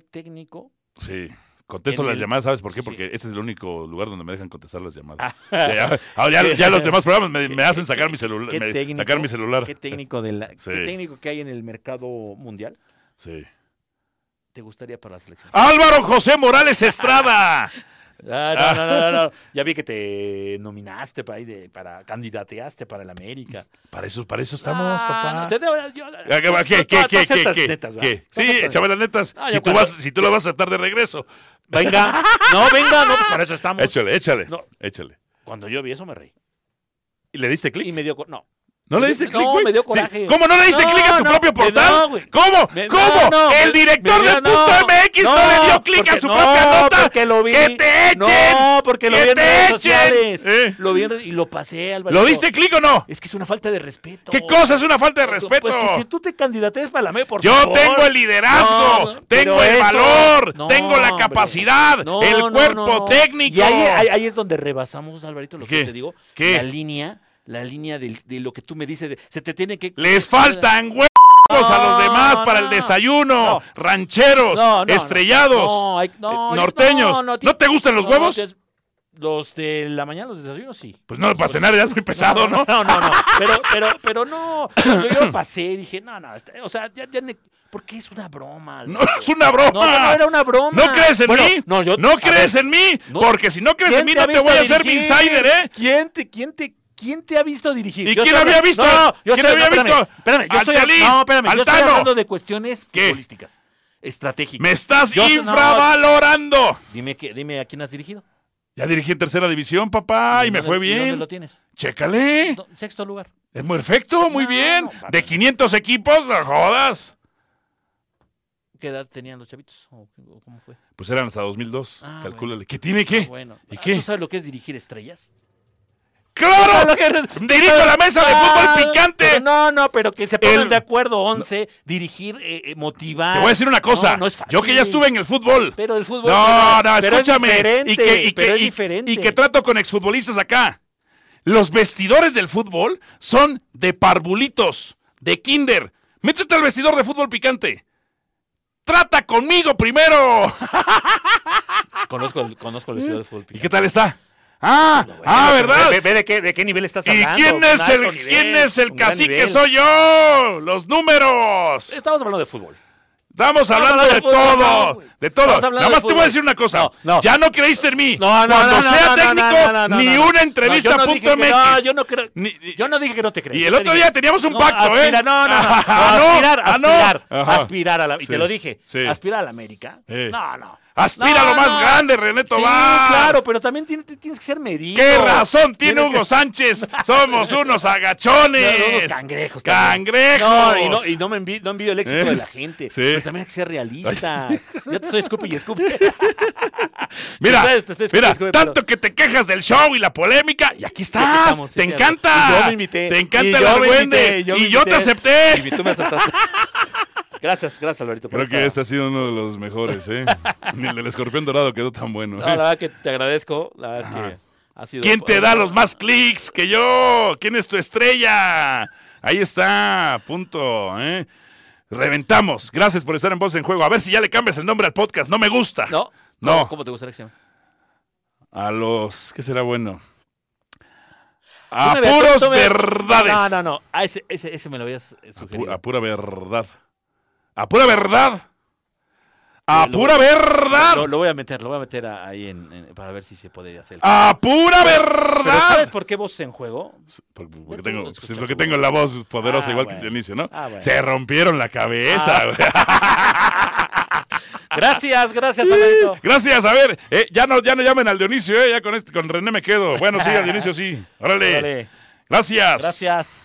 Speaker 2: técnico?
Speaker 1: Sí. Contesto
Speaker 2: En
Speaker 1: las
Speaker 2: el-
Speaker 1: llamadas, ¿sabes por qué?
Speaker 2: Sí.
Speaker 1: Porque este es el único lugar donde me dejan contestar las llamadas.
Speaker 2: Ah.
Speaker 1: Ya, ahora ya- ya los demás programas me, me
Speaker 2: ¿Qué-
Speaker 1: hacen
Speaker 2: qué-
Speaker 1: sacar mi, celula-
Speaker 2: qué
Speaker 1: me-
Speaker 2: técnico?
Speaker 1: sacar mi celular.
Speaker 2: ¿Qué técnico de la,
Speaker 1: Sí.
Speaker 2: qué técnico que hay en el mercado mundial
Speaker 1: Sí.
Speaker 2: te gustaría para la selección?
Speaker 1: Álvaro José Morales Estrada.
Speaker 2: Ah, no, no, no, no, no. Ya vi que te nominaste para ahí de, para candidateaste para el América.
Speaker 1: Para eso, para eso Pues estamos,
Speaker 2: Ah,
Speaker 1: papá.
Speaker 2: no, te debo- yo-
Speaker 1: Ya, Ah, ¿Qué,
Speaker 2: Todas-
Speaker 1: qué, qué,
Speaker 2: todas
Speaker 1: qué,
Speaker 2: estas
Speaker 1: qué,
Speaker 2: netas,
Speaker 1: qué?
Speaker 2: ¿verdad?
Speaker 1: Sí,
Speaker 2: Todas estas-
Speaker 1: échame las netas.
Speaker 2: Ah, ya
Speaker 1: si, tú
Speaker 2: cuando-
Speaker 1: vas, si tú lo vas a aceptar de regreso.
Speaker 2: Venga. No, venga, no, pues para eso estamos.
Speaker 1: Échale, échale,
Speaker 2: No.
Speaker 1: échale.
Speaker 2: Cuando yo vi eso me reí.
Speaker 1: ¿Y le diste
Speaker 2: Y
Speaker 1: clic?
Speaker 2: me dio co- no.
Speaker 1: ¿No le
Speaker 2: me-
Speaker 1: diste
Speaker 2: no,
Speaker 1: clic, güey?
Speaker 2: me dio
Speaker 1: Sí.
Speaker 2: coraje.
Speaker 1: ¿Cómo no le diste
Speaker 2: No,
Speaker 1: clic a tu
Speaker 2: no,
Speaker 1: propio
Speaker 2: me- no,
Speaker 1: portal?
Speaker 2: güey.
Speaker 1: ¿Cómo?
Speaker 2: Me-
Speaker 1: ¿Cómo?
Speaker 2: no, no,
Speaker 1: el
Speaker 2: me-
Speaker 1: director
Speaker 2: me-
Speaker 1: del
Speaker 2: no,
Speaker 1: punto MX no, le dio clic a
Speaker 2: porque-
Speaker 1: su
Speaker 2: no,
Speaker 1: propia nota.
Speaker 2: porque lo vi.
Speaker 1: ¡Que te echen!
Speaker 2: No, porque lo
Speaker 1: ¡Que
Speaker 2: vi en
Speaker 1: te
Speaker 2: redes
Speaker 1: echen!
Speaker 2: sociales.
Speaker 1: Eh.
Speaker 2: Lo vi en redes- y lo pasé, Álvaro.
Speaker 1: ¿Lo diste clic o no?
Speaker 2: Es que es una falta de respeto.
Speaker 1: ¿Qué cosa es una falta de
Speaker 2: Pues
Speaker 1: respeto?
Speaker 2: que te- tú te candidates para la ME, por
Speaker 1: Yo
Speaker 2: favor.
Speaker 1: tengo el liderazgo,
Speaker 2: No,
Speaker 1: tengo
Speaker 2: pero
Speaker 1: el
Speaker 2: eso-
Speaker 1: valor,
Speaker 2: No,
Speaker 1: tengo la
Speaker 2: hombre.
Speaker 1: capacidad,
Speaker 2: No,
Speaker 1: el
Speaker 2: no,
Speaker 1: cuerpo
Speaker 2: no, no.
Speaker 1: técnico.
Speaker 2: Y ahí, ahí- ahí es donde rebasamos, Alvarito, lo
Speaker 1: ¿Qué?
Speaker 2: que te digo.
Speaker 1: ¿Qué?
Speaker 2: La línea, la línea del- de, lo que tú me dices. de- se te tiene que...
Speaker 1: Les faltan huevos a los
Speaker 2: No,
Speaker 1: demás para el
Speaker 2: no.
Speaker 1: desayuno,
Speaker 2: No.
Speaker 1: rancheros,
Speaker 2: No, no, no.
Speaker 1: estrellados,
Speaker 2: No, hay- no,
Speaker 1: eh,
Speaker 2: yo-
Speaker 1: norteños.
Speaker 2: no,
Speaker 1: No,
Speaker 2: no, ti-
Speaker 1: te gustan los
Speaker 2: No,
Speaker 1: huevos?
Speaker 2: te- Los de la mañana, los desayunos, sí.
Speaker 1: Pues no, para cenar ya es muy pesado, ¿no?
Speaker 2: No, no, no. Pero, pero, pero no. Cuando yo lo pasé, dije, no, no. este- O sea, ya, ya ne- porque es una broma.
Speaker 1: No,
Speaker 2: Alberto.
Speaker 1: es una broma.
Speaker 2: No, no, no, era una broma.
Speaker 1: ¿No crees en
Speaker 2: Bueno,
Speaker 1: mí?
Speaker 2: No,
Speaker 1: No,
Speaker 2: yo- a
Speaker 1: crees
Speaker 2: ver,
Speaker 1: en mí?
Speaker 2: no.
Speaker 1: Porque si no crees
Speaker 2: ¿quién
Speaker 1: en mí, no
Speaker 2: ha
Speaker 1: te
Speaker 2: visto
Speaker 1: voy a hacer mi
Speaker 2: dirigir?
Speaker 1: insider, ¿eh?
Speaker 2: ¿Quién te, quién te, quién te ha visto dirigir?
Speaker 1: ¿Y
Speaker 2: Yo
Speaker 1: quién
Speaker 2: estoy
Speaker 1: había
Speaker 2: hablando-
Speaker 1: visto?
Speaker 2: No, no,
Speaker 1: ¿Quién
Speaker 2: yo estoy- no,
Speaker 1: había
Speaker 2: espérame,
Speaker 1: visto?
Speaker 2: Espérame, yo
Speaker 1: Al
Speaker 2: estoy,
Speaker 1: Chelis,
Speaker 2: no, espérame,
Speaker 1: al
Speaker 2: yo estoy
Speaker 1: Tano.
Speaker 2: hablando de cuestiones
Speaker 1: ¿Qué?
Speaker 2: futbolísticas, estratégicas.
Speaker 1: Me estás
Speaker 2: Yo sé- no.
Speaker 1: infravalorando.
Speaker 2: Dime, que, dime a quién has dirigido.
Speaker 1: Ya dirigí en tercera división, papá, y me
Speaker 2: dónde-
Speaker 1: fue
Speaker 2: ¿Dónde lo
Speaker 1: bien.
Speaker 2: tienes?
Speaker 1: Chécale.
Speaker 2: No, Sexto lugar.
Speaker 1: Es perfecto, muy
Speaker 2: No,
Speaker 1: bien.
Speaker 2: no, papá.
Speaker 1: De 500 equipos, no jodas.
Speaker 2: ¿Qué edad tenían los chavitos? ¿O, o cómo fue?
Speaker 1: Pues eran hasta 2002,
Speaker 2: Ah,
Speaker 1: calcúlale. ¿Qué tiene qué?
Speaker 2: Bueno.
Speaker 1: ¿Y
Speaker 2: Ah,
Speaker 1: qué?
Speaker 2: ¿Tú sabes lo que es dirigir estrellas?
Speaker 1: ¡Claro! Dirijo la mesa de
Speaker 2: Ah,
Speaker 1: fútbol picante.
Speaker 2: pero no, no, pero que se pongan
Speaker 1: El-
Speaker 2: de acuerdo 11, dirigir, eh, eh, motivar.
Speaker 1: Te voy a decir una cosa.
Speaker 2: No, no es fácil.
Speaker 1: Yo que ya estuve en el fútbol.
Speaker 2: Pero el fútbol.
Speaker 1: No, no,
Speaker 2: pero
Speaker 1: escúchame.
Speaker 2: Es diferente,
Speaker 1: y que, y que-
Speaker 2: pero es
Speaker 1: y-
Speaker 2: diferente.
Speaker 1: y que trato con exfutbolistas acá. Los vestidores del fútbol son de parvulitos, de kinder. Métete al vestidor de fútbol picante. Trata conmigo primero.
Speaker 2: Conozco, el- conozco el vestidor de fútbol.
Speaker 1: ¿Y qué tal está? Ah, ah, ¿verdad?
Speaker 2: Ve, ve de, qué, de qué nivel estás
Speaker 1: ¿Y
Speaker 2: hablando.
Speaker 1: quién
Speaker 2: un
Speaker 1: es
Speaker 2: alto
Speaker 1: el
Speaker 2: nivel,
Speaker 1: quién es el
Speaker 2: un gran
Speaker 1: cacique?
Speaker 2: nivel.
Speaker 1: Soy yo. Los números.
Speaker 2: Estamos hablando de fútbol.
Speaker 1: Estamos hablando
Speaker 2: hablando
Speaker 1: de
Speaker 2: de fútbol, no,
Speaker 1: todo,
Speaker 2: güey.
Speaker 1: de todo.
Speaker 2: Estamos hablando
Speaker 1: Nada
Speaker 2: de
Speaker 1: más te voy a
Speaker 2: fútbol.
Speaker 1: decir una cosa.
Speaker 2: No, no.
Speaker 1: Ya no creíste en mí.
Speaker 2: No, no,
Speaker 1: Cuando
Speaker 2: no, no,
Speaker 1: sea
Speaker 2: no, no,
Speaker 1: técnico,
Speaker 2: no, no, no,
Speaker 1: ni
Speaker 2: no.
Speaker 1: una
Speaker 2: No,
Speaker 1: entrevista
Speaker 2: yo no dije
Speaker 1: punto
Speaker 2: que-
Speaker 1: MX.
Speaker 2: no, yo no creo-
Speaker 1: Ni- ni-
Speaker 2: Yo no dije que no te crees.
Speaker 1: Y el otro día teníamos un pacto, ¿eh?
Speaker 2: No, no, no.
Speaker 1: Ah, no,
Speaker 2: aspirar,
Speaker 1: ah, no.
Speaker 2: aspirar,
Speaker 1: Ajá.
Speaker 2: aspirar a la. Y
Speaker 1: Sí,
Speaker 2: te lo dije.
Speaker 1: sí.
Speaker 2: Aspirar a la América.
Speaker 1: Eh.
Speaker 2: No, no.
Speaker 1: Aspira a
Speaker 2: No,
Speaker 1: lo más
Speaker 2: no.
Speaker 1: grande, René
Speaker 2: Sí,
Speaker 1: Tobar.
Speaker 2: claro, pero también tiene- tienes que ser medido.
Speaker 1: ¿Qué razón tiene
Speaker 2: Tiene que-
Speaker 1: Hugo Sánchez? Somos unos
Speaker 2: No, no,
Speaker 1: agachones.
Speaker 2: unos cangrejos. también.
Speaker 1: Cangrejos.
Speaker 2: No, y no, y no me envi- no envidio el éxito
Speaker 1: Es-
Speaker 2: de la gente.
Speaker 1: sí.
Speaker 2: Pero también hay que ser realistas. ya te estoy escupe y escupe.
Speaker 1: Mira,
Speaker 2: Te estás- te estás
Speaker 1: mira,
Speaker 2: escupiendo,
Speaker 1: tanto que te quejas del show y la polémica, y aquí estás.
Speaker 2: aquí estamos, sí,
Speaker 1: te
Speaker 2: sí,
Speaker 1: encanta.
Speaker 2: y yo me imité,
Speaker 1: Te
Speaker 2: y
Speaker 1: encanta
Speaker 2: yo
Speaker 1: el
Speaker 2: me
Speaker 1: argüende.
Speaker 2: imité,
Speaker 1: Y
Speaker 2: yo
Speaker 1: yo,
Speaker 2: me
Speaker 1: te
Speaker 2: imité.
Speaker 1: acepté.
Speaker 2: Y tú me aceptaste. Gracias, gracias, Alvarito. por
Speaker 1: Creo que este
Speaker 2: esta-
Speaker 1: ha sido uno de los mejores, ¿eh? Ni el del escorpión dorado quedó tan bueno.
Speaker 2: No,
Speaker 1: ¿eh?
Speaker 2: la verdad que te agradezco. La verdad es que ha sido.
Speaker 1: Ah. ¿Quién te da los más clics que yo? ¿Quién es tu estrella? Ahí está, punto, ¿eh? Reventamos. Gracias por estar en Voz en Juego. A ver si ya le cambias el nombre al podcast. No me gusta.
Speaker 2: No,
Speaker 1: No.
Speaker 2: ¿Cómo te gustaría que se llame?
Speaker 1: A los... ¿Qué será bueno?
Speaker 2: Tú
Speaker 1: A
Speaker 2: me habías-
Speaker 1: puros
Speaker 2: tú me-
Speaker 1: verdades.
Speaker 2: No, no, no. Ah, ese, ese, ese me lo habías eh,
Speaker 1: A, pu-
Speaker 2: sugerido.
Speaker 1: a pura verdad. A pura verdad. A
Speaker 2: Lo-
Speaker 1: pura verdad.
Speaker 2: Lo, lo voy a meter, lo voy a meter a- ahí en, en- para ver si se puede hacer.
Speaker 1: A pura
Speaker 2: Pero ¿sabes
Speaker 1: verdad.
Speaker 2: por qué voz en juego?
Speaker 1: Por- por-
Speaker 2: No,
Speaker 1: Porque
Speaker 2: tú
Speaker 1: tengo,
Speaker 2: no
Speaker 1: pues, es
Speaker 2: escuchas
Speaker 1: lo que
Speaker 2: tu
Speaker 1: tengo en la voz poderosa,
Speaker 2: Ah,
Speaker 1: igual que
Speaker 2: bueno.
Speaker 1: el inicio, ¿no?
Speaker 2: Ah, bueno. Ah,
Speaker 1: Se rompieron la cabeza. güey.
Speaker 2: Gracias, gracias, Alvarito.
Speaker 1: Gracias, a ver, eh, ya no ya no llamen al Dionisio, eh, ya con este, con René me quedo. Bueno, sí, al Dionisio sí. Órale.
Speaker 2: Órale,
Speaker 1: Gracias.
Speaker 2: Gracias.